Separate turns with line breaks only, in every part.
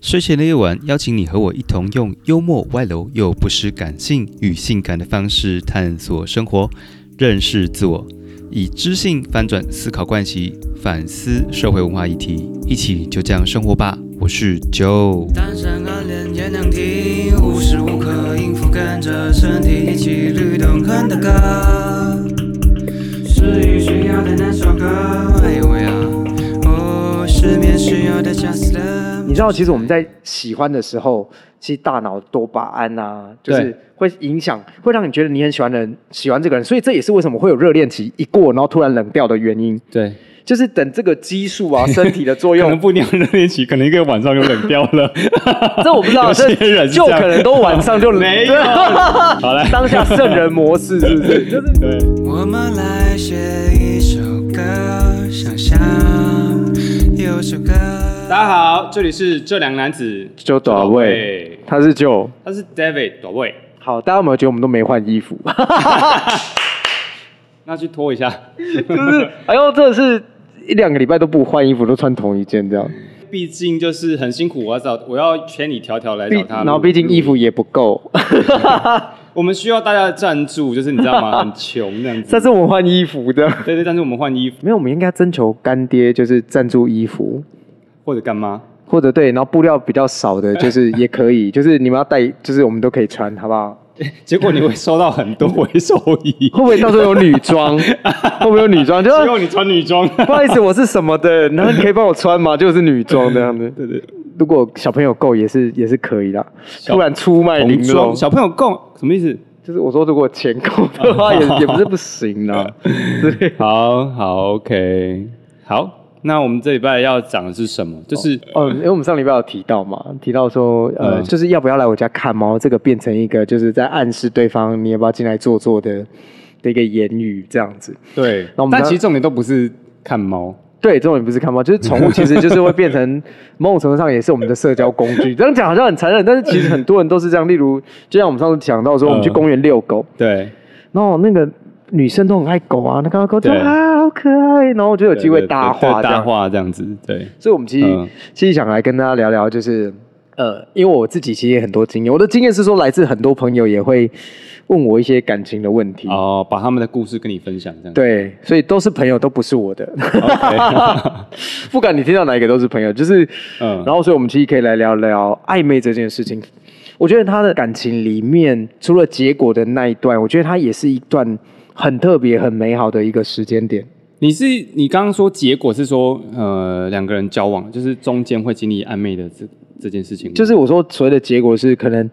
睡前的夜晚，邀请你和我一同用幽默、外露又不失感性与性感的方式探索生活，认识自我，以知性翻转思考惯习，反思社会文化议题，一起就这样生活吧。我是 Joe。
单身暗恋也能听，无时无刻音符跟着身体一起律动，哼的歌，失语需要的那首歌，哎呦喂啊，哦，失眠需要的 Just Love。
你知道，其实我们在喜欢的时候，其实大脑多巴胺啊，就是会影响，会让你觉得你很喜欢的人，喜欢这个人，所以这也是为什么会有热恋期一过，然后突然冷掉的原因，
对，
就是等这个激素 啊，身体的作
可
用
能，不聊热恋期，可能一个晚上就冷掉了。
这我不知道，
有些
这
人是
就
这样
可能都晚上就
没 有好了
当下圣人模式是不是？就是
对，
我们来写一首歌，想象有首歌。
大家好，这里是这两个男子
就短位，，他是就
他是 David 短位，
好，大家有没有觉得我们都没换衣 服？
那去拖一下，
就是哎呦，这是一两个礼拜都不换衣服，都穿同一件这样。
毕竟就是很辛苦，我要找我要千里迢迢来
毕
找他，
然后毕竟衣服也不够，
我们需要大家的赞助，就是你知道 吗？很穷这样子，
这是我们换衣服的。
对对，但是我们换衣服
没有，我们应该征求干爹，就是赞助衣服，
或者干嘛？
或者对，然后布料比较少的，就是也可以， 就是你们要带，就是我们都可以穿，好不好？
结果你会收到很多回收衣，
会不会到时候有女装？ 会不会有女装？就
结果你穿女 装，
不好意思，我是什么的，然后你可以帮我穿吗？就是女装这样子。
对对，
如果小朋友够，也是也是可以的。突然出卖
童
玲珑
装，，小朋友共什么意思？
就是我说如果钱够的 话，也也不是不行啦。对
好好，OK，好，那我们这礼拜要讲的是什么？就是
哦，因为我们上礼拜有提到嘛，提到说，呃，
嗯
就是要不要来我家看猫，这个变成一个就是在暗示对方你要不要进来坐坐的的一个言语这样子。
对
那我们，
但
刚
其实重点都不是看猫。
对，重点不是看猫，就是宠物，其实就是会变成某种程度上也是我们的社交工具。这样讲好像很残忍，但是其实很多人都是这样。例如，就像我们上次讲到说，我们去
嗯
公园遛狗，
对，
然后那个女生都很爱狗啊，那看到狗就
对
啊好可爱，然后就有机会搭
对对对
话这
搭
样。
话这样子，对，
所以我们其实、
嗯
其实想来跟大家聊聊，就是呃，因为我自己其实也很多经验，我的经验是说来自很多朋友也会问我一些感情的问题。
哦，把他们的故事跟你分享这样子。
对，所以都是朋友，都不是我的。
OK
不管你听到哪一个都是朋友，就是，
嗯
然后所以我们其实可以来聊聊暧昧这件事情。我觉得他的感情里面，除了结果的那一段，我觉得它也是一段很特别、很美好的一个时间点。
你是你刚刚说结果是说，呃，两个人交往就是中间会经历暧昧的这这件事情吗，
就是我说所谓的结果是可能，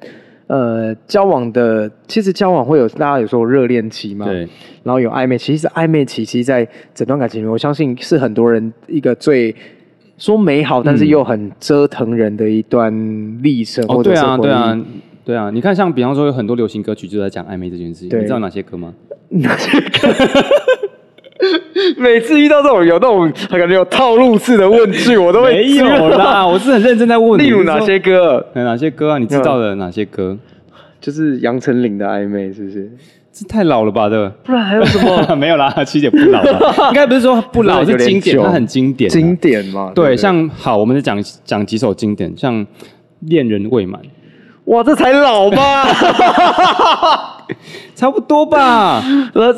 呃，交往的其实交往会有大家有时候热恋期嘛，
对，
然后有暧昧期，其实暧昧期其实在整段感情里面，我相信是很多人一个最说美好，但是又很折腾人的一段历程，
哦，
或
对
者是
啊，
回忆
对啊，对啊，你看像比方说有很多流行歌曲就在讲暧昧这件事情，
对
你知道哪些歌吗？
每次遇到这种有那种感觉有套路式的问句，我都会
没有 啦，我是很认真在问你，
例如
就是说
哪些？歌？
呃哪些歌啊？你知道的哪些歌？
就是杨丞琳的暧昧，是不是？
这太老了吧，这个。
不然还有什 么
没有啦，七姐不老 啦，应该不是说不老，
有
是
点
经典，
久
它很经典啊，
经典嘛？对不
对，
对，
像好，我们就讲讲几首经典，像《恋人未满》，
哇，这才老吧？
差不多吧。
呃，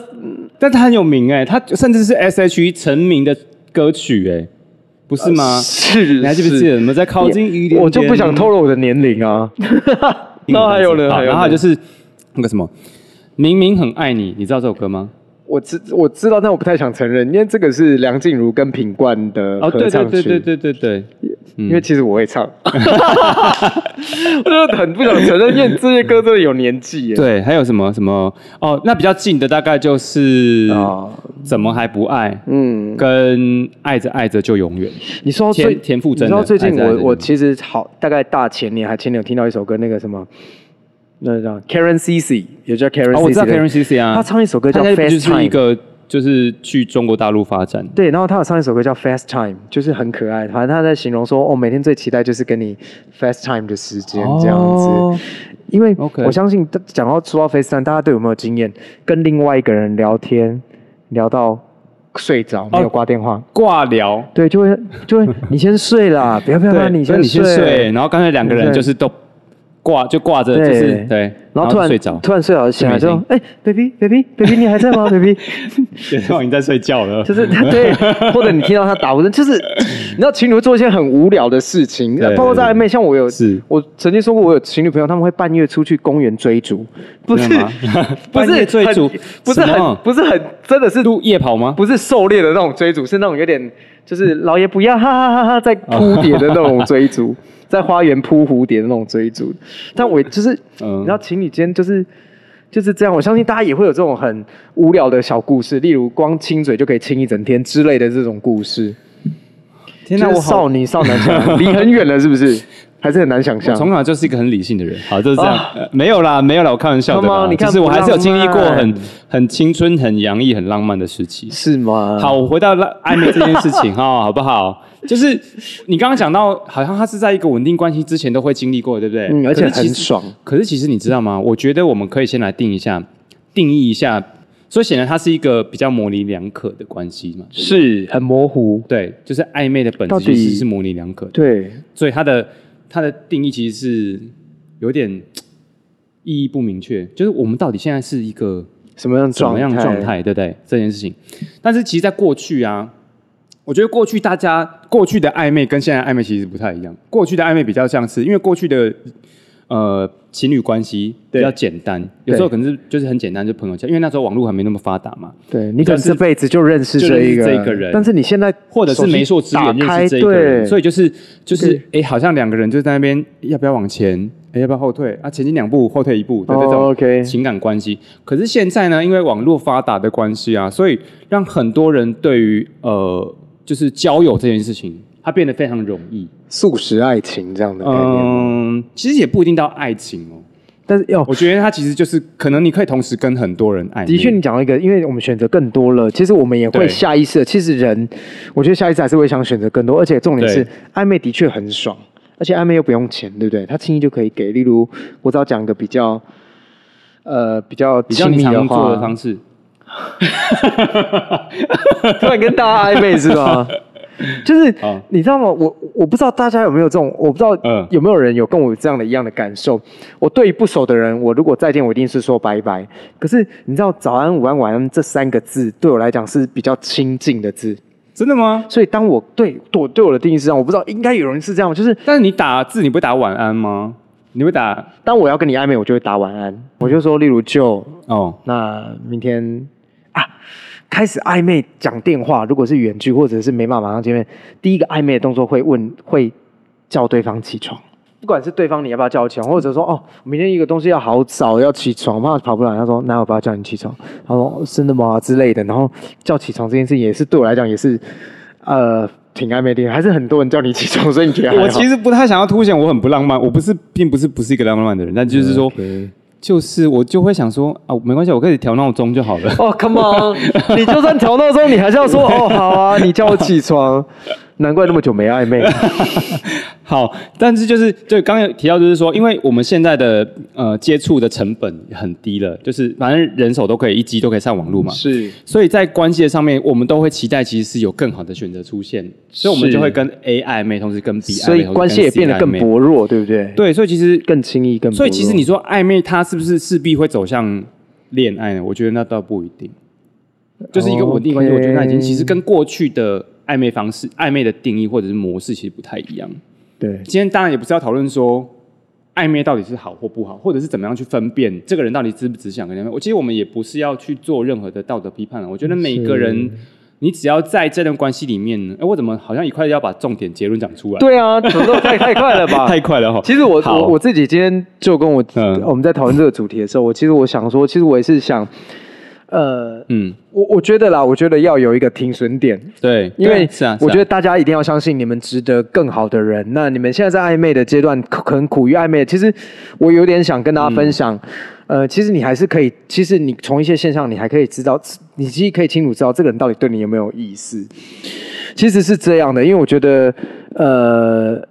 但它很有名哎、它甚至是 S.H.E 成名的歌曲哎、不是吗？
呃是，
你还记不记得？我们再靠近一点点
我就不想透露我的年龄啊。那还有呢？
好啊
还有呢
然后还有就是那个什么，明明很爱你，你知道这首歌吗？
我知我知道，但我不太想承认，因为这个是梁静茹跟品冠的
哦，
呃合
对对
唱曲。
对对对对对，嗯
因为其实我会唱， 我就很不想承认，因为这些歌真的有年纪耶。
对，还有什么什么哦，那比较近的大概就是
啊
怎么还不爱，
嗯，
跟爱着爱着就永远。
你说到
田
最
田馥甄的
你知道最近
爱在爱在
我我
里面
其实好大概大前年还前年有听到一首歌，那个什么，那叫 Karen CC，也叫 Karen CC，、
哦，我知道 Karen CC 啊，
他唱一首歌叫
他现在
Fast
就是一
Time。
个就是去中国大陆发展。
对，然后他有唱一首歌叫《Fast Time》，就是很可爱。反正他在形容说，哦，每天最期待就是跟你 Fast Time 的时间这样子。
哦
因为
OK
我相信，讲到说到 FaceTime，大家对有没有经验？跟另外一个人聊天，聊到睡
哦
着，没有挂电话。
挂聊，
对，就会就会，你先睡 啦，不要不要不要，
对，
你
所以
先
你先睡，然后刚才两个人就是都挂就挂着，就是
对
对，
然后突然
睡着，
突然睡着起来
就
之
没
后，哎，baby baby baby，你还在 吗？baby，
对，突然哦你在睡觉了，
就是 他对，或者你听到他打呼声，就是你知道情侣做一些很无聊的事情
对，对
包括在
对
暧昧，像我有
是
我曾经说过，我有情侣朋友，他们会半夜出去公园 追逐，不是
真的吗
不
半夜
是
追逐
很不是
什
很
么
不是很真的是
路夜跑吗？
不是狩猎的那种追逐，是那种有点就是老爷不要哈哈哈哈在扑蝶的那种 追逐，在花园扑蝴蝶的那种追逐。但我就是，
嗯
你知道情侣间就是就是这样，我相信大家也会有这种很无聊的小故事，例如光亲嘴就可以亲一整天之类的这种故事。
天
就是
我好
少，女少男想离很远了，是 不是？还是很难想象。
从小就是一个很理性的人。好，就是这样
啊，
呃没有啦，没有啦，我开玩笑的
Come
啦。
on，你看
就是我还是有经历过
不浪漫
很很青春、很洋溢、很浪漫的时期。
是吗？
好，，我回到暧暧昧这件事情哈、 好不好？就是你刚刚讲到，好像他是在一个稳定关系之前都会经历过，对不对？
嗯，而且
可是其
很
实
爽。
可是其实你知道吗？我觉得我们可以先来定一下，定义一下。所以显然它是一个比较模棱两可的关系嘛。
是很模糊，
对，就是暧昧的本
到
质
底
其实是模棱两可的，
对，
所以它的它的定义其实是有点嘖意义不明确。就是我们到底现在是一个
什么样的
怎么样的状
状？
态，对不对？这件事情，但是其实，在过去啊，我觉得过去大家过去的暧昧跟现在的暧昧其实不太一样。过去的暧昧比较像是，因为过去的呃情侣关系比较简单，有时候可能是就是很简单，就朋友圈，因为那时候网络还没那么发达嘛，
对你可
就
能
是
这辈子就认识
就
这
认识
一个
这一个人
但是你现在
或者是
手机
媒妁之言
打
认
开
识这一个人，
对
所以就是就是
对
哎、诶好像两个人就在那边要不要往前，诶要不要后退啊，前进两步，后退一步的
哦
这种
OK
情感关系。可是现在呢，因为网络发达的关系啊，所以让很多人对于呃就是交友这件事情，它变得非常容易。
素食爱情这样的概念，
嗯，其实也不一定到爱情哦，
但是要
我觉得它其实就是可能你可以同时跟很多人暧昧，
的确，你讲到一个，因为我们选择更多了，其实我们也
对
会下意识的。其实人，我觉得下意识还是会想选择更多，而且重点是
对
暧昧的确很爽，而且暧昧又不用钱，对不对？他轻易就可以给。例如，我只要讲一个比较，呃，比较
比较
亲
你
密啊的
常做的
话
方，式。
突然跟大家暧昧是吧？就是
好
你知道吗？我我不知道大家有没有这种，我不知道
嗯
有没有人有跟我有这样的一样的感受。我对于不熟的人，我如果再见，我一定是说拜拜。可是你知道，早安、午安、晚安这三个字对我来讲是比较亲近的字，
真的吗？
所以当我对对我对我的定义是这样，我不知道应该有人是这样，就是
但是你打字，你不会打晚安吗？你会打
当我要跟你暧昧，我就会打晚安，我就说，例如就
哦，
那明天啊，开始暧昧讲电话，如果是远距或者是没办法马上见面，第一个暧昧的动作会问会叫对方起床，不管是对方你要不要叫我起床，或者说哦，明天一个东西要好早要起床，怕跑不来。他说那我不要叫你起床，他说哦真的吗之类的，然后叫起床这件事也是对我来讲也是呃挺暧昧的，还是很多人叫你起床，所以你觉得 还好
我其实不太想要凸显我很不浪漫，我不是，并不是不是一个浪漫的人，但就是说
嗯 OK
就是我就会想说啊，没关系，我可以调闹钟就好了。
哦、c o m e on！你就 算调闹钟，你还是要说哦，好啊，你叫我起床，难怪那么久没暧昧。
好，但是就是就刚刚有提到，就是说，因为我们现在的呃接触的成本很低了，就是反正人手都可以一机都可以上网络嘛，
是
所以在关系的上面，我们都会期待其实是有更好的选择出现，所以我们
是
就会跟 A 暧昧，同时跟 B 暧昧，
所以
同时跟
关系也
C
变得更
暧昧。
薄弱，对不对？，
对，所以其实
更轻易，更薄弱
所以其实你说暧昧，它是不是势必会走向恋爱呢？我觉得那倒不一定，就是一个稳定关系。我觉得那已经
哦 OK
其实跟过去的暧昧方式、暧昧的定义或者是模式其实不太一样。
对
今天当然也不是要讨论说暧昧到底是好或不好，或者是怎么样去分辨这个人到底只不只想跟暧昧。我其实我们也不是要去做任何的道德批判啊了。我觉得每个人，你只要在这段关系里面，哎，我怎么好像一块要把重点结论讲出来？，
对啊，走动太太快了 吧？
太快了哈。
其实我
好
我我自己今天就跟我、
嗯
我们在讨论这个主题的时候，我其实我想说，其实我也是想，呃，
嗯，
我我觉得啦，我觉得要有一个停损点，
对，
因为
是啊，
我觉
得。
得大家一定要相信你们值得更好的人。那你们现在在暧昧的阶段，可可能苦于暧昧。其实我有点想跟大家分享，
嗯
呃，其实你还是可以，其实你从一些现象，你还可以知道，你其实可以清楚知道这个人到底对你有没有意思。其实是这样的，因为我觉得，呃。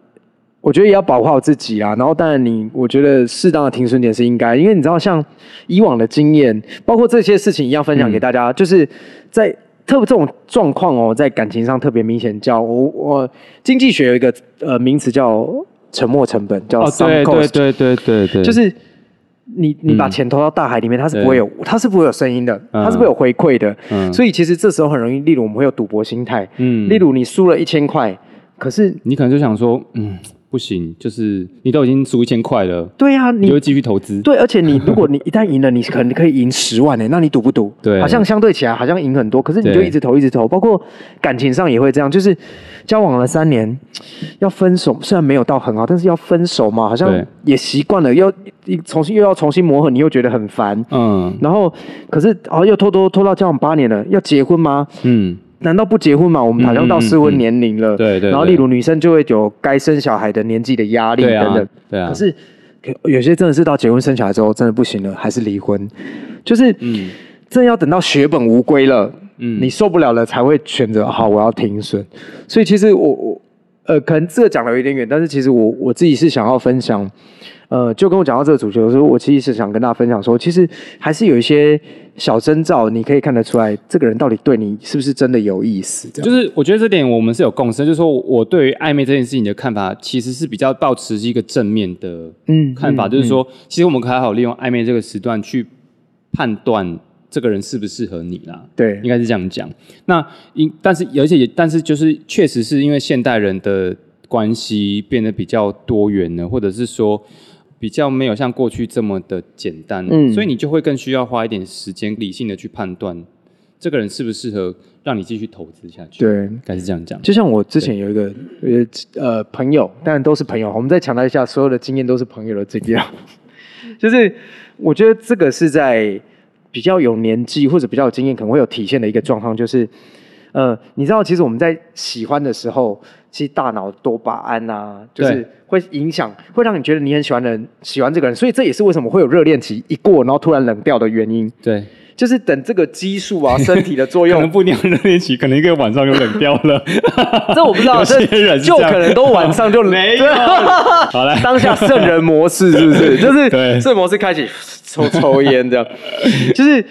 我觉得也要保护好自己啊，然后当然你，我觉得适当的停损点是应该，因
嗯
为你知道像以往的经验，包括这些事情一样分享给大家，就是在特这种状况哦，在感情上特别明显，叫我我经济学有一个呃名词叫沉没成本，叫
哦，
sunk
对
cost，
对对对对对，
就是你你把
嗯
钱投到大海里面，它是不会有它是不会有声音的，
嗯
它是不会有回馈的。
嗯
所以其实这时候很容易，例如我们会有赌博心态，
嗯
例如你输了一千块，可是
你可能就想说，嗯，不行，就是你都已经输一千块了，
对啊，
你就
你
会继续投资，
对，而且你如果你一旦赢了，你可能可以赢十万欸呢、那你赌不赌？
对
好像相对起来好像赢很多，可是你就
对
一直投一直投，包括感情上也会这样，就是交往了三年要分手，虽然没有到很好，但是要分手嘛，好像
对
也习惯了，要一重新又要重新磨合，你又觉得很烦。
嗯
然后，可是哦，又拖拖拖到交往八年了，要结婚吗？
嗯，
难道不结婚吗？我们好像到
嗯嗯
适婚
嗯
年龄了，
对对
然后，
对
例如女生就会有该生小孩的年纪的压力
对
等
啊
等。，
对啊，
可是可有些真的是到结婚生小孩之后，真的不行了，还是离婚，就是
嗯
真要等到血本无归了，
嗯
你受不了了才会选择好，我要停损。所以其实我我呃，可能这个讲的有点远，但是其实我我自己是想要分享，呃，就跟我讲到这个主题的时候，我其实是想跟大家分享说，其实还是有一些小征兆，你可以看得出来，这个人到底对你是不是真的有意思，这样
就是我觉得这点我们是有共识，就是说我对于暧昧这件事情的看法，其实是比较抱持一个正面的
嗯
看法，
嗯
就是说，其实我们还好利用暧昧这个时段去判断这个人适不适合你啦。
对
应该是这样讲。那因但是而且也但是就是确实是因为现代人的关系变得比较多元了，或者是说比较没有像过去这么的简单，
嗯
所以你就会更需要花一点时间理性的去判断这个人适不适合让你继续投资下去。，
对。
应该是这样讲。
就像我之前有一个呃呃朋友，当然都是朋友，我们再强调一下，所有的经验都是朋友的经验。 就是我觉得这个是在比较有年纪或者比较有经验，可能会有体现的一个状况，就是呃，你知道，其实我们在喜欢的时候，其实大脑多巴胺啊，就是
对
会影响，会让你觉得你很喜欢的人，喜欢这个人，所以这也是为什么会有热恋期一过，然后突然冷掉的原因，
对，
就是等这个激素啊、身体的作
可
用
能不一定要热恋期，可能一个晚上就冷掉 了。
这我不知道，
有些
这
人是
就
这样
可能都晚上 就
没 有好来
当下圣人模式是不 是？就是
对
圣人模式开启抽抽 烟这样，就是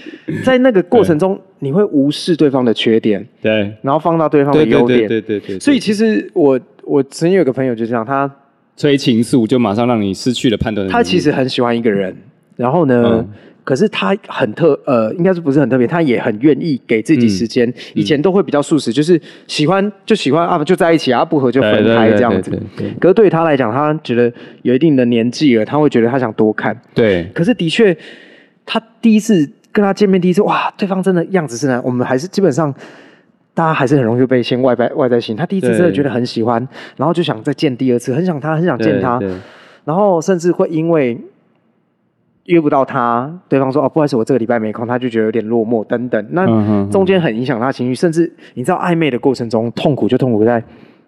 在那个过程中，你会无视对方的缺点，
对，
然后放大对方的
对对
优
对
点。
对对对。嗯
所以
实
其实我我曾经有个朋友就这样，他
催情素就马上让你失去了判断的能
他
力。
其实很喜欢一个人，然后呢，
嗯
可是他很特呃，应该是不是很特别，他也很愿意给自己时
嗯
间。以前都会比较素食，就是喜欢就喜欢啊，就在一起啊，不合就
对
分
对
开
对
这样
对
子
对。对
可是对他来讲，他觉得有一定的年纪了，他会觉得他想多看。
对
可是的确，他第一次跟他见面，第一次哇，对方真的样子是男，我们还是基本上。大家还是很容易就被先外在外在吸引。他第一次真的
对
觉得很喜欢，然后就想再见第二次，很想他，很想见他。
对对
然后甚至会因为约不到他，对方说哦，不好意思，我这个礼拜没空，他就觉得有点落寞等等。那
嗯哼
中间很影响他情绪，甚至你知道暧昧的过程中，痛苦就痛苦在，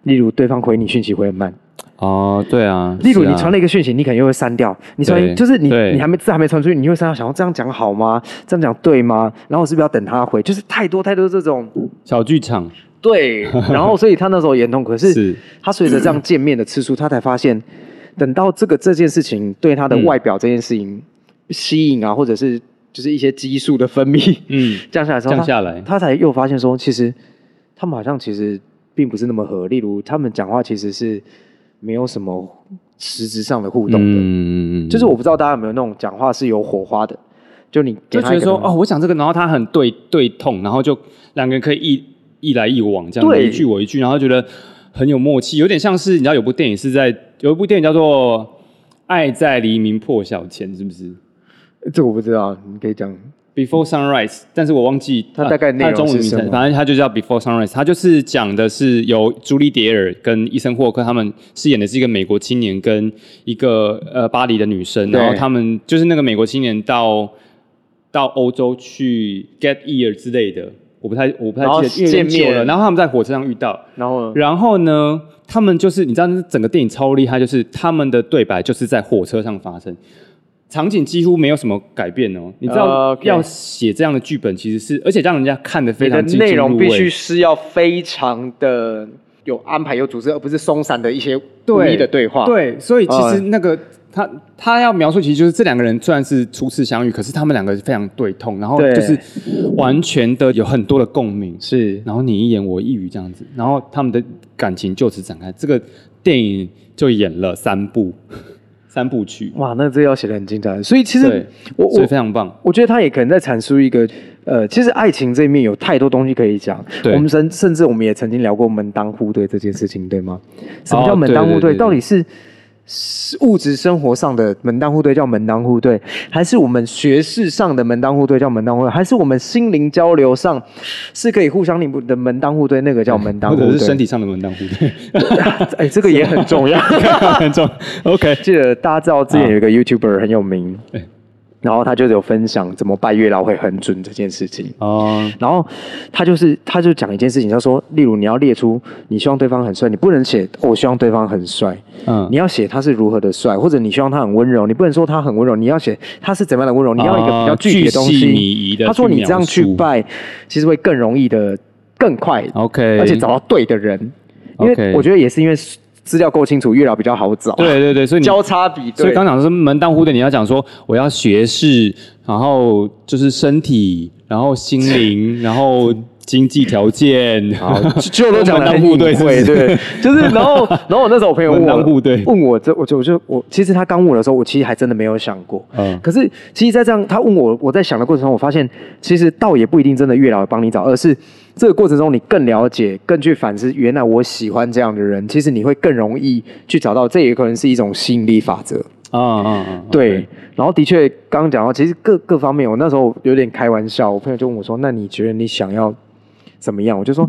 例如对方回你讯息回很慢，
哦，对啊，
例如
是啊
你传了一个讯息，你可能又会删掉，你
对
传就是你
对
你还没字还没传出去，你就会删掉，想要这样讲 好吗？这样讲对吗？然后我是不是要等他回？就是太多太多这种
小剧场
对，然后所以他那时候也很痛苦，可 是
是
他随着这样见面的次数，他才发现，等到这个这件事情对他的
嗯
外表这件事情、吸引啊，或者是就是一些激素的分泌，
嗯
降下来之后，
降
他
下来
他才又发现说，其实他们好像其实并不是那么合。例如，他们讲话其实是没有什么实质上的互动的，
嗯
就是我不知道大家有没有那种讲话是有火花的，就你给
就
他
觉得
一个
说
东西
哦，我想这个，然后他很对对痛，然后就两个人可以一一来一往这样，
对
你一句我一句，然后觉得很有默契，有点像是你知道有部电影是在有一部电影叫做《爱在黎明破晓前》，是不是
这
哦
个我不知道，你可以讲。
？Before Sunrise，但是我忘记
它大概
啊
内
它
容
的中文
是
名
什
称，
么
反正它就叫 Before Sunrise。它就是讲的是由朱莉·蝶尔跟伊森·霍克他们饰演的是一个美国青年跟一个呃巴黎的女生，
对
然后他们就是那个美国青年到到欧洲去 get ear 之类的，我不太我不太
然后
记得因为有点
见面
久了，然后他们在火车上遇到，
然后呢
然后呢，他们就是你知道，整个电影超厉害，就是他们的对白就是在火车上发生，场景几乎没有什么改变哦。你知
呃
道
，OK
要写这样的剧本，其实是而且让人家看得非
你的
常津津
内容
入
必
味
须是要非常的有安排、有组织，而不是松散的一些无
对
意的对话。，
对，所以其实
嗯
那个他他要描述其实就是这两个人虽然是初次相遇，可是他们两个非常对痛，然后
对
就是完全的有很多的共鸣，
是
然后你一言我一语这样子，然后他们的感情就此展开。这个电影就演了三部 三部曲，
哇，那这要写的很精彩。所以哦其
对
实我，
所以
我
非常棒。
我觉得他也可能在阐述一个，呃，其实爱情这一面有太多东西可以讲。
对
我们甚甚至我们也曾经聊过门当户对这件事情，对吗？什么叫门当户
哦对对对
到底是是物质生活上的门当户对叫门当户对，还是我们学识上的门当户对叫门当户对，还是我们心灵交流上是可以互相弥补的门当户对，那个叫门当
或
户
者
对？
是身体上的门当户对，
哎，这个也很 重要。
很重。OK，
记得大家知道
啊
之前有一个 YouTuber 很有名
对，
然后他就有分享怎么拜月老会很准这件事情。
哦，
然后他就是他就讲一件事情，他说，例如你要列出你希望对方很帅，你不能写、哦我希望对方很帅，
嗯
你要写他是如何的帅，或者你希望他很温柔，你不能说他很温柔，你要写他是怎么样的温柔，你要一个比较具体的东
啊巨细
西。
靡遗地
他说
去
你这样
描
去
述
拜，其实会更容易的、更快
OK，
而且找到对的人。因
OK
为我觉得也是因为资料够清楚，月老比较好找。
对对对，所以你
交叉比对，
所以刚讲的是门当户对，你要讲说我要学识，然后就是身体，然后心灵，然后经济条件， 好，
就都讲的
门
很
当户对
隐
是不是，
晦， 对，就是然 后然后我那时候我朋友问
门当户
我
对
问我这我就我就我其实他刚问我的时候，我其实还真的没有想过，
嗯
可是其实，在这样他问我我在想的过程中，我发现其实倒也不一定真的月老有帮你找，而是这个过程中你更了解，更去反思，原来我喜欢这样的人，其实你会更容易去找到，这也可能是一种吸引力法则。
啊啊啊，
对，然后的确，刚刚讲到，其实各各方面，我那时候有点开玩笑，我朋友就问我说：“那你觉得你想要怎么样？”我就说：“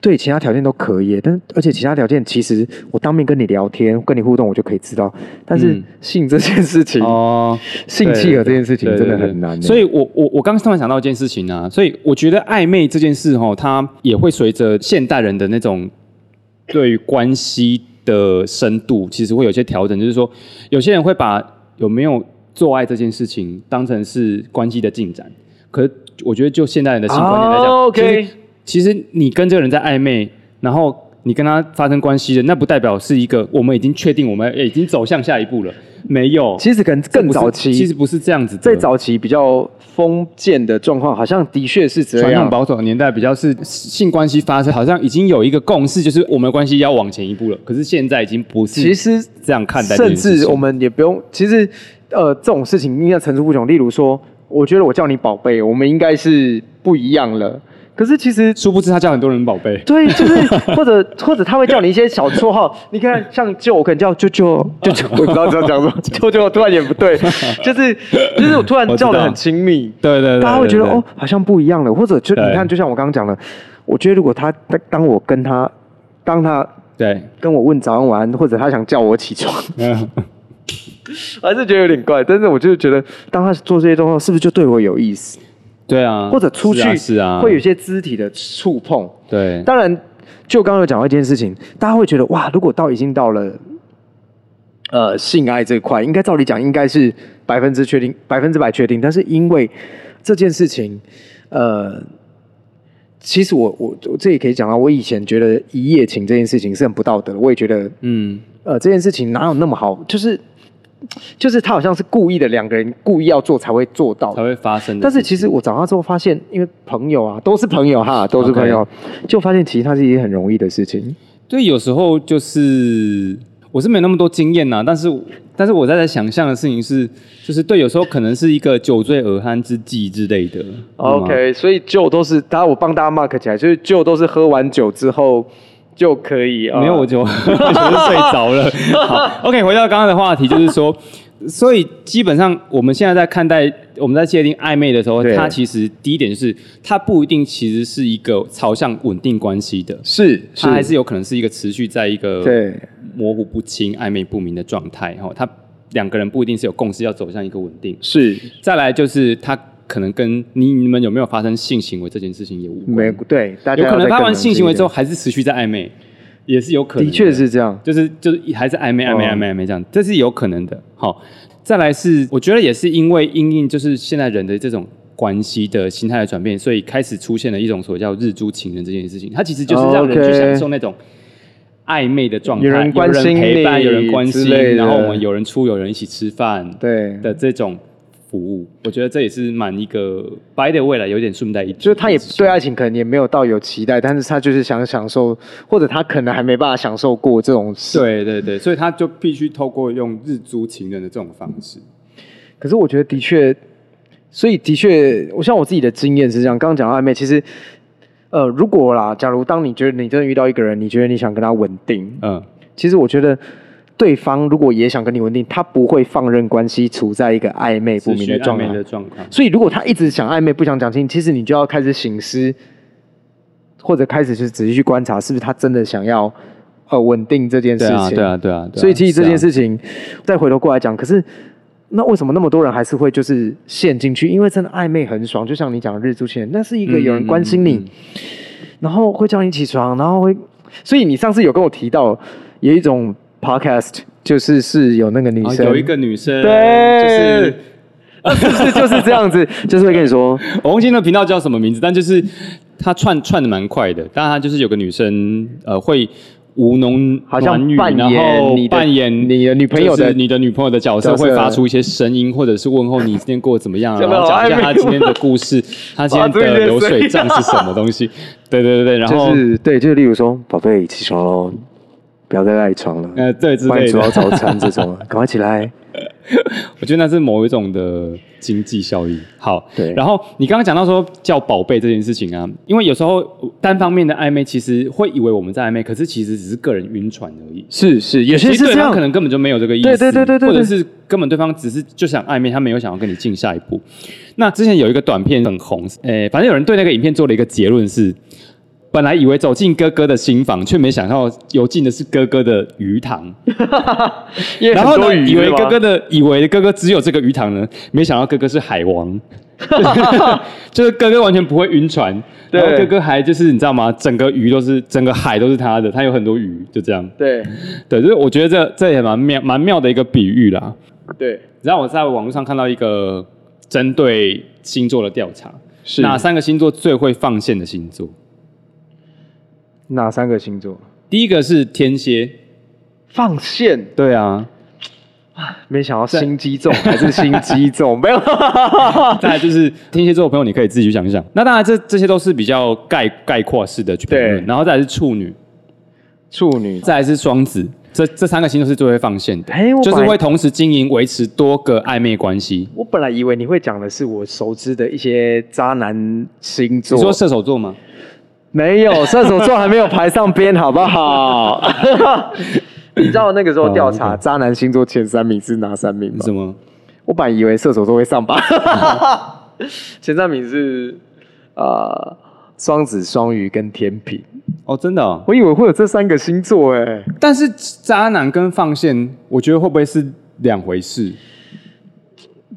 对，其他条件都可以，但而且其他条件，其实我当面跟你聊天、跟你互动，我就可以知道。但是
嗯
性这件事情，
哦，
性
对
契合这件事情
对对
真的
对
很难欸。
所以我我我刚刚突然想到一件事情啊，所以我觉得暧昧这件事哈、它也会随着现代人的那种对于关系的深度，其实会有些调整，就是说有些人会把有没有做爱这件事情当成是关系的进展，可是我觉得就现代人的性观念来讲、
哦
其
，OK
实其实你跟这个人在暧昧，然后。你跟他发生关系的，那不代表是一个我们已经确定我们哎已经走向下一步了，没有。
其实可能更
不是
早期，
其实不是这样子的。
在早期比较封建的状况，好像的确是这
传统
样。
保守的年代，比较是性关系发生，好像已经有一个共识，就是我们的关系要往前一步了。可是现在已经不是，
其实
这样看待这
甚
件事情，
至我们也不用，其实呃，这种事情应该层出不穷。例如说，我觉得我叫你宝贝，我们应该是不一样了。可是其实
殊不知他叫很多人宝贝。
对，就是 或者或者他会叫你一些小绰号，你看像舅，我可能叫舅舅舅舅，我也不知道这样讲什么， 舅舅突然也不对，就是就是我突然
我知
叫的
道
很亲密，
对对对，
大家会觉得
对
哦，，好像不一样了，或者就
对
你看，就像我刚刚讲的，我觉得如果他当当我跟他当他
对，
跟我问早安晚安，或者他想叫我起床，
嗯
还是觉得有点怪，但是我就是觉得，当他做这些动作，是不是就对我有意思？
对啊，
或者出去
是啊是啊，
会有一些肢体的触碰。
对，
当然，就刚刚有讲到一件事情，大家会觉得哇，如果到已经到了呃性爱这一块，应该照理讲应该是百分之确定，百分之百确定。但是因为这件事情，呃，其实我我我这也可以讲到，啊我以前觉得一夜情这件事情是很不道德的，我也觉得
嗯，
呃，这件事情哪有那么好？就是就是他好像是故意的，两个人故意要做才会做到
才。会发生的。
但是其实我长大之后发现，因为朋友啊，都是朋友哈，都是朋友就发现其实它是一件很容易的事情。
对，有时候就是我是没有那么多经验呐、啊但是但是我在在想象的事情是，就是对，有时候可能是一个酒醉耳酣之计之类的。嗯
所以就都是，大家我帮大家 mark 起来，就是就都是喝完酒之后就可以呃
没有，我就我 就是睡着了。好，OK，回到刚刚的话题，就是说，所以基本上我们现在在看待我们在界定暧昧的时候，
对
它其实第一点就是它不一定其实是一个朝向稳定关系的，
是
它还是有可能是一个持续在一个
对
模糊不清、暧昧不明的状态哈。它两个人不一定是有共识要走向一个稳定。
是
再来就是它可能跟你你们有没有发生性行为这件事情也无关，
没对，大家
有可
要
能
再
发
更
完性行为之后
冷
还是持续在暧昧，也是有可
静
能
一点，
的
的确是这样。
就是就是还是暧昧暧昧
哦
暧昧暧昧这样，这是有可能的。好，再来是我觉得也是因为因应就是现在人的这种关系的心态的转变，所以开始出现了一种所谓叫日租情人这件事情，它其实就是让人
哦 OK
去享受那种暧昧的状态，
有人关心你
陪伴，有人关
之类的
心，然后我们有人出，有人一起吃饭，
对，
的这种服务，我觉得这也是蛮一个白的未来，有点顺带一提，
就是他也对爱情可能也没有到有期待，但是他就是想享受，或者他可能还没办法享受过这种事。
对对对，所以他就必须透过用日租情人的这种方式，
可是我觉得的确，所以的确，我像我自己的经验是这样。刚刚讲到暧昧，其实，呃，如果啦，假如当你觉得你真的遇到一个人，你觉得你想跟他稳定，
嗯，
其实我觉得对方如果也想跟你稳定，他不会放任关系处在一个暧昧不
持
明
续
的
暧
状
昧
态
的。状况，
所以，如果他一直想暧昧，不想讲清，其实你就要开始醒思，或者开始去仔细去观察，是不是他真的想要呃稳定这件
对
事情。
啊对啊对啊，对啊
所以其实这件，
是啊
事情，再回头过来讲，可是那为什么那么多人还是会就是陷进去？因为真的暧昧很爽，就像你讲的日租钱，那是一个有人关心你，
嗯嗯嗯
然后会叫你起床，然后会，所以你上次有跟我提到有一种 podcast，就是是哦有那个女
啊
生，
有一个女生，
对
就是
是 就是这样子，就是会跟你说，
我忘记那个频道叫什么名字，但就是她串串的蛮快的，但她就是有个女生，呃，会吴侬
好像
软语
扮演
然后
你的
扮演
你的女朋友的
就是你的女朋友的角
角
色，
色
会发出一些声音，或者是问候你今天过得怎么样 啊，
真的
然后讲一下
好暧昧
她今天的故事，她今天
发出一些
的流
声音
水账是什么东西。对对对对，然后、
就是对，就是例如说，宝贝，起床喽，不要再赖床了，
呃对之
帮你
类
煮好
的，
早餐这种，啊赶快起来。
我觉得那是某一种的经济效益。好，
对
然后你刚刚讲到说叫宝贝这件事情啊，因为有时候单方面的暧昧，其实会以为我们在暧昧，可是其实只是个人晕船而已。
是是，有些
其
是
实对
这
方
样，
可能根本就没有这个意思，
对对对对对对
或者是根本对方只是就想暧昧，他没有想要跟你进下一步。那之前有一个短片很红，诶、反正有人对那个影片做了一个结论是，本来以为走进哥哥的新房，却没想到游进的是哥哥的鱼塘，
因为
然后
很多
呢，
鱼
以为
是吗
哥哥的以为哥哥只有这个鱼塘呢，没想到哥哥是海 王，就是哥哥完全不会晕船，
对
然后哥哥还就是你知道吗？整个鱼都是整个海都是他的，他有很多鱼，就这样。
对
对，就是我觉得这这也蛮妙蛮妙的一个比喻啦。
对
然后我在网络上看到一个针对星座的调查，
是
哪三个星座最会放线的星座？
哪三个星座？
第一个是天蝎，
放线，
对啊，
没想到心机重还是心机 重，没有。
再来就是天蝎座的朋友，你可以自己去想一想。那当然这这些都是比较概概括式的去评论
对，
然后再来是处女，
处女，
再来是双子，这这三个星座是最会放线的
哎我，
就是
本来
会同时经营维持多个暧昧关系。
我本来以为你会讲的是我熟知的一些渣男星
你
座，
说射手座吗？
没有，射手座还没有排上边，好不好？ 你知道那个时候调查渣男星座前三名是哪三名吗
什？么？
我本来以为射手座会上榜， 前三名是呃双子、双鱼跟天平，
哦，真的、哦。
我以为会有这三个星座哎、
但是渣男跟放线，我觉得会不会是两回事？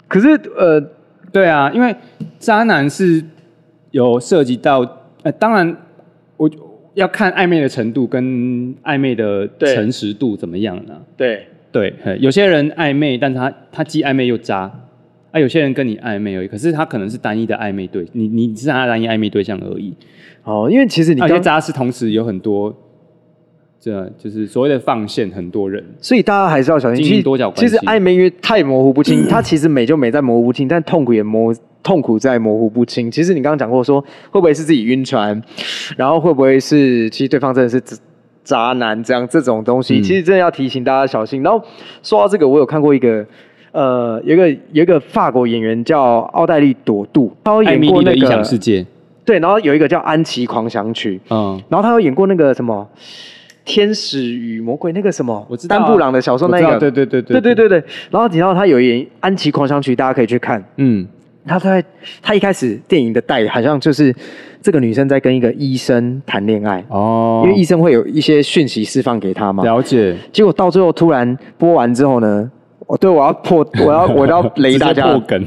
可是呃，
对啊，因为渣男是有涉及到，呃，当然我要看暧昧的程度跟暧昧的
对
诚实度怎么样啊呢、
对，
对，呃有些人暧昧，但是他他既暧昧又渣。啊，有些人跟你暧昧而已，可是他可能是单一的暧昧对，你你是他的单一暧昧对象而已。
哦，因为其实你
而且
刚，
渣是同时有很多，这就是所谓的放线，很多人
所以大家还是要小心。
经营
其实
多角关
其
系
实暧昧因为太模糊不清， 它其实美就美在模糊不清，但痛苦也模痛苦在模糊不清。其实你刚刚讲过说，会不会是自己晕船，然后会不会是其实对方真的是渣渣男这样这种东西，
嗯
其实真的要提醒大家小心。然后说到这个，我有看过一个。呃，有一个有一个法国演员叫奥黛丽·朵杜，她有
艾
演
米
过
丽
那
的
个
异想世界，
对，然后有一个叫《安琪狂想曲》，
嗯，
然后他有演过那个什么《天使与魔鬼》那个什么，
我知道啊
丹布朗的小说那一
我知
个，
道对对对
对
对
对对对然后你知道他有演《安琪狂想曲》，大家可以去看。
嗯，
他在他一开始电影的带好像就是这个女生在跟一个医生谈恋爱，
哦
因为医生会有一些讯息释放给她嘛。
了解，
结果到最后突然播完之后呢，我对我要 破，我要我要雷大
直接
家
破。梗，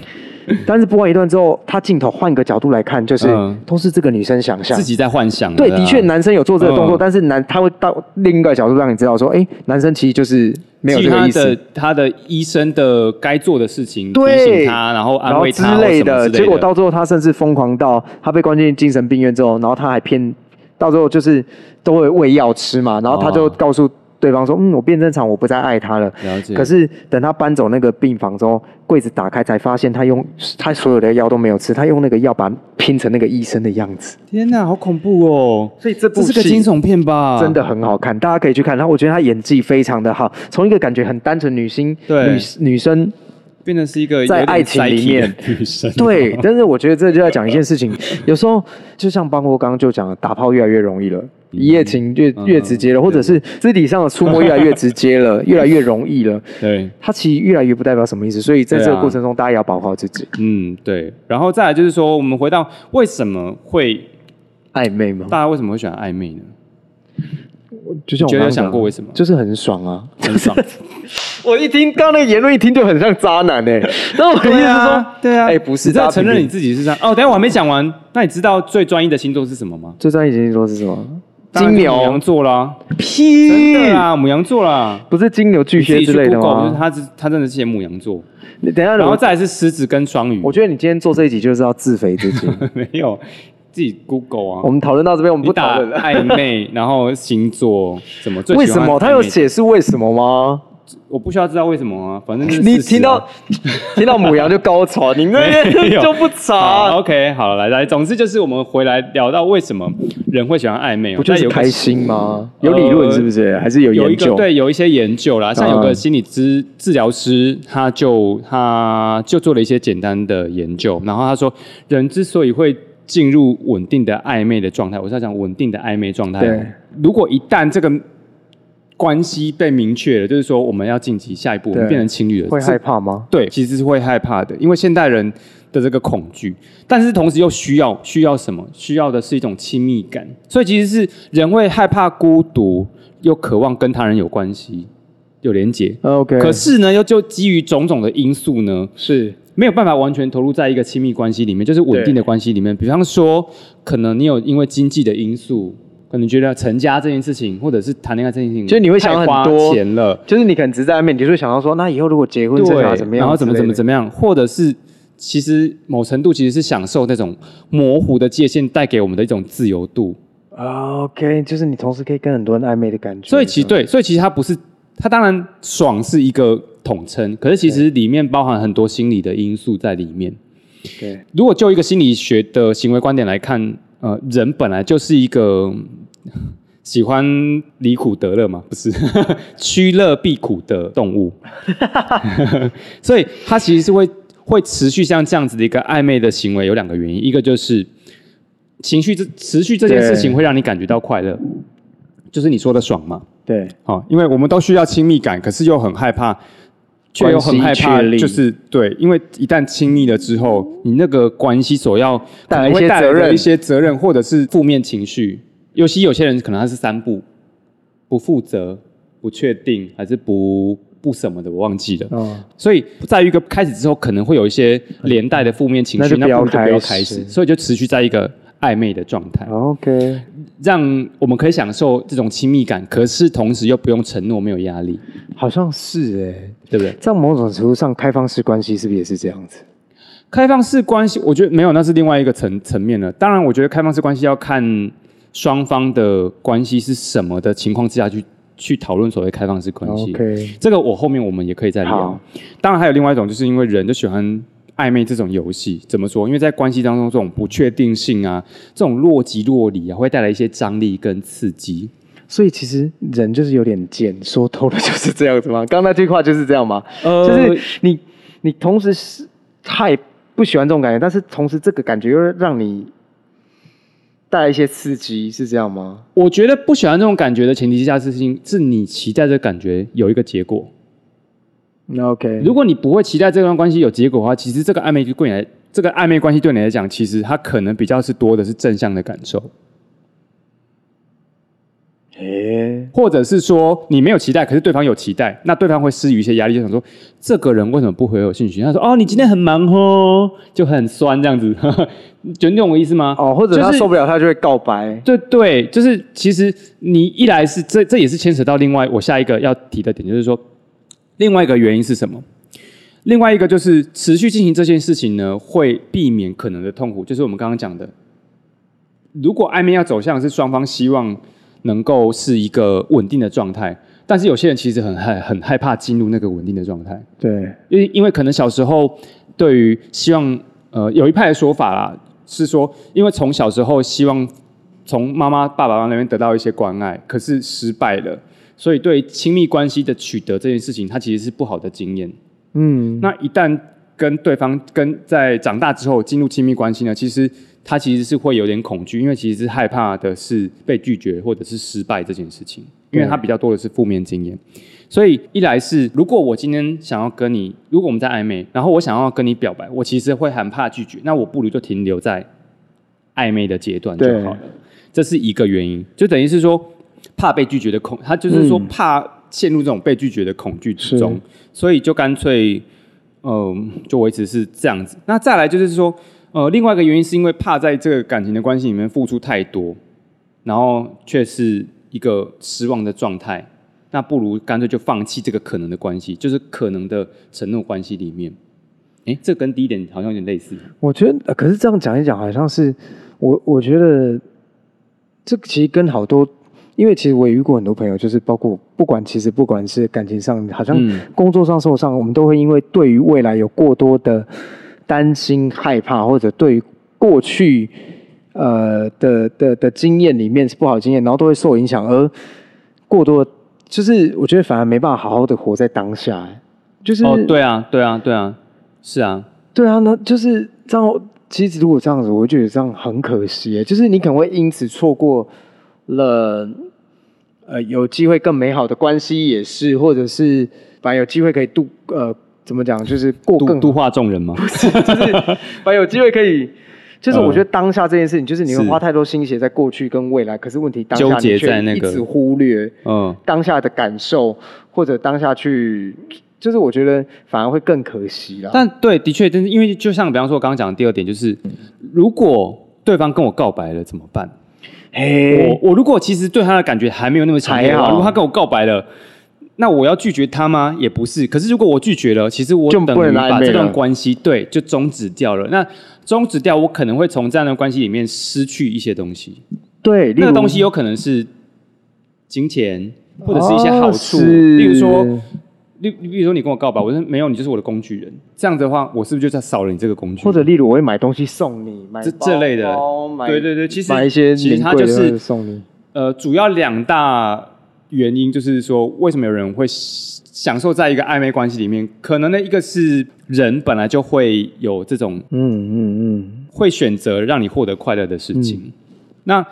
但是播完一段之后，他镜头换个角度来看，就是、
嗯
都是这个女生想象
自。己在幻想。
对，的确，
啊
男生有做这个动作，
嗯
但是男他会到另一个角度让你知道说，哎，男生其实就是没有
基
这
于
个
他
意思
的，他的医生的该做的事情，
对
提醒他，然后
然
安
后
慰
之
他或什么
类
之类的。
结果到最后，他甚至疯狂到他被关进精神病院之后，然后他还骗到最后就是都会喂药吃嘛，然后他就
哦
告诉对方说，嗯，我变正常，我不再爱他了。
了解。
可是等他搬走那个病房之后，柜子打开才发现他用他所有的药都没有吃，他用那个药把它拼成那个医生的样子，
天哪，好恐怖哦！
所以这
这
部
是个
戏
惊悚片吧？
真的很好看，大家可以去看。然后我觉得她演技非常的好，从一个感觉很单纯女星、
对
女女生，
变成是一个
在
有点
爱情里面
psyche 的女生。
对。但是我觉得这就要讲一件事情，有时候就像邦哥刚刚就讲了，打炮越来越容易了，一夜情越
嗯
越直接了，或者是肢体上的触摸越来越直接 了，越来越容易了。
对，
它其实越来越不代表什么意思，所以在这
对
个
啊
过程中，大家也要保护好自 己。
嗯，对。然后再来就是说，我们回到为什么会
暧昧吗？
大家为什么会喜欢暧昧呢？
就像我
觉得有
刚刚讲
想
的
过为什么？
就是很爽啊！
很爽。
我一听刚刚那个言论，一听就很像渣男 哎、那我的意思是说，
对啊，
哎、不是，
你在
大家
承认
评
你
评
自己是这样。哦，等一下我还没讲完。那你知道最专一的星座是什么吗？
最专业的星座是什么？
当然
金
是母羊
牛，
座啦，真
屁
的啊啦，母羊座啦。
不是金牛、巨
你自
蟹
己
之
去
类的
Google，就是
吗？
他是他真的是写母羊座，
你等一下，
然后
我
再来是狮子跟双鱼。
我觉得你今天做这一集就是要自肥自己。
没有自己 Google 啊。
我们讨论到这边，我们
你
不
打
讨论了。
暧昧，然后星座什么？最
为
喜
什
欢
么
暧
他有
昧的？
解释为什么吗？
我不需要知道为什么啊，反正就是
你
事实啊
听到听到母羊就高潮，你那
没
边
有
就不
好
查，
啊 OK，好来来，总之就是我们回来聊到为什么人会喜欢暧昧、哦，
不就
但
是
有个
开心吗？
呃
有理论是不是？还是有
有一
研
个
究？
对有一些研究啦，像有
嗯
个心理治治疗师，他就他就做了一些简单的研究，然后他说，人之所以会进入稳定的暧昧的状态，我是要讲稳定的暧昧状态哦
对，
如果一旦这个关系被明确了，就是说我们要晋级下一步，我们
对
变成情侣了，
会
这
害怕吗？
对，其实是会害怕的，因为现代人的这个恐惧，但是同时又需要需要什么？需要的是一种亲密感，所以其实是人会害怕孤独，又渴望跟他人有关系、有连结。
哦 OK，
可是呢，又就基于种种的因素呢，
是
没有办法完全投入在一个亲密关系里面，就是稳定的关系里面。比方说，可能你有因为经济的因素，可能觉得成家这件事情，或者是谈恋爱这件事情，
就是你会想
太
很
花
多
钱了，
就是你可能只是在外面，你就会想到说，那以后如果结婚生
对，
小啊孩怎么样，
然后怎么怎么
么，
怎么样，或者是其实某程度其实是享受那种模糊的界限带给我们的一种自由度。
OK，就是你同时可以跟很多人暧昧的感觉。
所以其对，所以其实它不是，它当然爽是一个统称，可是其实里面包含很多心理的因素在里面。
对，
如果就一个心理学的行为观点来看，呃，人本来就是一个嗯喜欢离苦得乐嘛，不是 趋乐避苦的动物，所以它其实是会会持续像这样子的一个暧昧的行为，有两个原因，一个就是情绪这持续这件事情
对
会让你感觉到快乐，就是你说的爽嘛，
对
好、哦因为我们都需要亲密感，可是又很害怕，却又很害怕
关系确，立
就是对，因为一旦亲密了之后，你那个关系所要
带来一
可能会
些
带的
责任
一些责任或者是负面情绪，尤其有些人可能他是三不：不负责、不确定，还是不不什么的，我忘记了。
哦，
所以在一个开始之后，可能会有一些连带的负面情
那
绪，
就
那不
不要
如就不要
开
开
始
始，所以就持续在一个暧昧的状态。
OK，
让我们可以享受这种亲密感，可是同时又不用承诺，没有压力，
好像是哎、
对不对？
在某种程度上，开放式关系是不是也是这样子？
开放式关系，我觉得没有，那是另外一个层层面了。当然，我觉得开放式关系要看双方的关系是什么的情况之下去去讨论所谓开放式关系。
OK
这个我后面我们也可以再聊
好。
当然还有另外一种，就是因为人就喜欢暧昧这种游戏。怎么说？因为在关系当中，这种不确定性啊，这种若即若离啊，会带来一些张力跟刺激。
所以其实人就是有点贱，说透了就是这样子 吗？刚刚那句话就是这样吗？
呃
就是你你同时是太不喜欢这种感觉，但是同时这个感觉又让你带来一些刺激，是这样吗？
我觉得不喜欢这种感觉的前提之下，是是你期待这个感觉有一个结果。
那 OK，
如果你不会期待这段关系有结果的话，其实这个暧昧就对你来，这个暧昧关系对你来讲，其实它可能比较是多的是正向的感受，
诶、
或者是说你没有期待，可是对方有期待，那对方会施予一些压力，就想说这个人为什么不回我信息？他说哦，你今天很忙哦，就很酸这样子， 呵呵就你懂我意思吗？
哦，或者他
就是
受不了，他就会告白。
对对，就是其实你一来是这这也是牵扯到另外我下一个要提的点，就是说另外一个原因是什么？另外一个就是持续进行这件事情呢，会避免可能的痛苦，就是我们刚刚讲的如果暧昧要走向是双方希望能够是一个稳定的状态，但是有些人其实很害很害怕进入那个稳定的状态，
对，
因为因为可能小时候对于希望，呃，有一派的说法啦，是说因为从小时候希望从妈妈、爸爸那边得到一些关爱，可是失败了，所以对亲密关系的取得这件事情，它其实是不好的经验。
嗯，
那一旦跟对方跟在长大之后进入亲密关系呢，其实他其实是会有点恐惧，因为其实是害怕的是被拒绝或者是失败这件事情，因为他比较多的是负面经验。所以一来是，如果我今天想要跟你，如果我们在暧昧，然后我想要跟你表白，我其实会很怕拒绝，那我不如就停留在暧昧的阶段就好了。这是一个原因，就等于是说怕被拒绝的恐，他就是说
嗯
怕陷入这种被拒绝的恐惧之中
是，
所以就干脆，嗯、就维持是这样子。那再来就是说，呃，另外一个原因是因为怕在这个感情的关系里面付出太多，然后却是一个失望的状态，那不如干脆就放弃这个可能的关系，就是可能的承诺关系里面。哎，这跟第一点好像有点类似。
我觉得，呃可是这样讲一讲，好像是我，我觉得这其实跟好多，因为其实我也遇过很多朋友，就是包括不管其实不管是感情上，好像
嗯
工作上、生活上，我们都会因为对于未来有过多的担心、害怕，或者对于过去呃的的的经验里面是不好的经验，然后都会受影响，而过多就是我觉得反而没办法好好的活在当下，欸就是
哦，对啊，对啊，对啊，是啊，
对啊，那就是这样。其实如果这样子，我会觉得这样很可惜耶，就是你可能会因此错过了呃有机会更美好的关系，也是，或者是把有机会可以度呃怎么讲，就是过
度
更
度化众人嘛。
把有机会可以。就是我觉得当下这件事情，就是你会
嗯是
花太多心血在过去跟未来，可是问题当下
纠结
你却
在那个
一直忽略
嗯，
当下的感受，或者当下去，就是我觉得反而会更可惜啦。
但对，的确，但是因为就像比方说我刚刚讲的第二点，就是如果对方跟我告白了怎么办？
嘿
我我如果其实对他的感觉还没有那么强烈的
嗯还
话，
好
如果他跟我告白了。那我要拒绝他吗？也不是。可是如果我拒绝了，其实我
就不
等
能
于
来
把
美
这
了
段关系对就终止掉了。那终止掉，我可能会从这样的关系里面失去一些东西。
对，例
那个
如
东西有可能是金钱，或者是一些
哦
好处，
是
例如说，例例如说你跟我告白，我说没有，你就是我的工具人。这样子的话，我是不是就在少了你这个工具人？
或者例如我会买东西送你，买
这
包
这类的
包，Oh 买
对对对其实
买一些
其实
名
它
贵的
就是
东西送你，
呃，主要两大原因就是说，为什么有人会享受在一个暧昧关系里面？可能呢，一个是人本来就会有这种
嗯嗯
会选择让你获得快乐的事情。那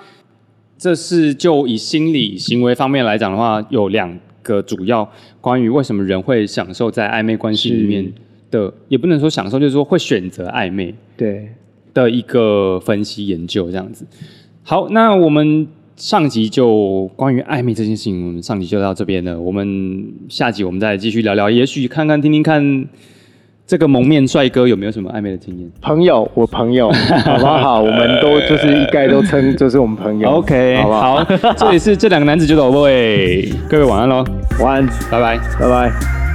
这是就以心理行为方面来讲的话，有两个主要关于为什么人会享受在暧昧关系里面的，也不能说享受，就是说会选择暧昧
嗯，对，
的一个分析研究这样子。好，那我们上集就关于暧昧这件事情，我们上集就到这边了。我们下集我们再继续聊聊，也许看看听听看这个蒙面帅哥有没有什么暧昧的经验。
朋友，我朋 友，好不好？我们都就是一概都称就是我们朋友
OK，
好不好？
好，这里是这两个男子酒斗会，各位晚安喽，
晚安，
拜拜。
拜拜。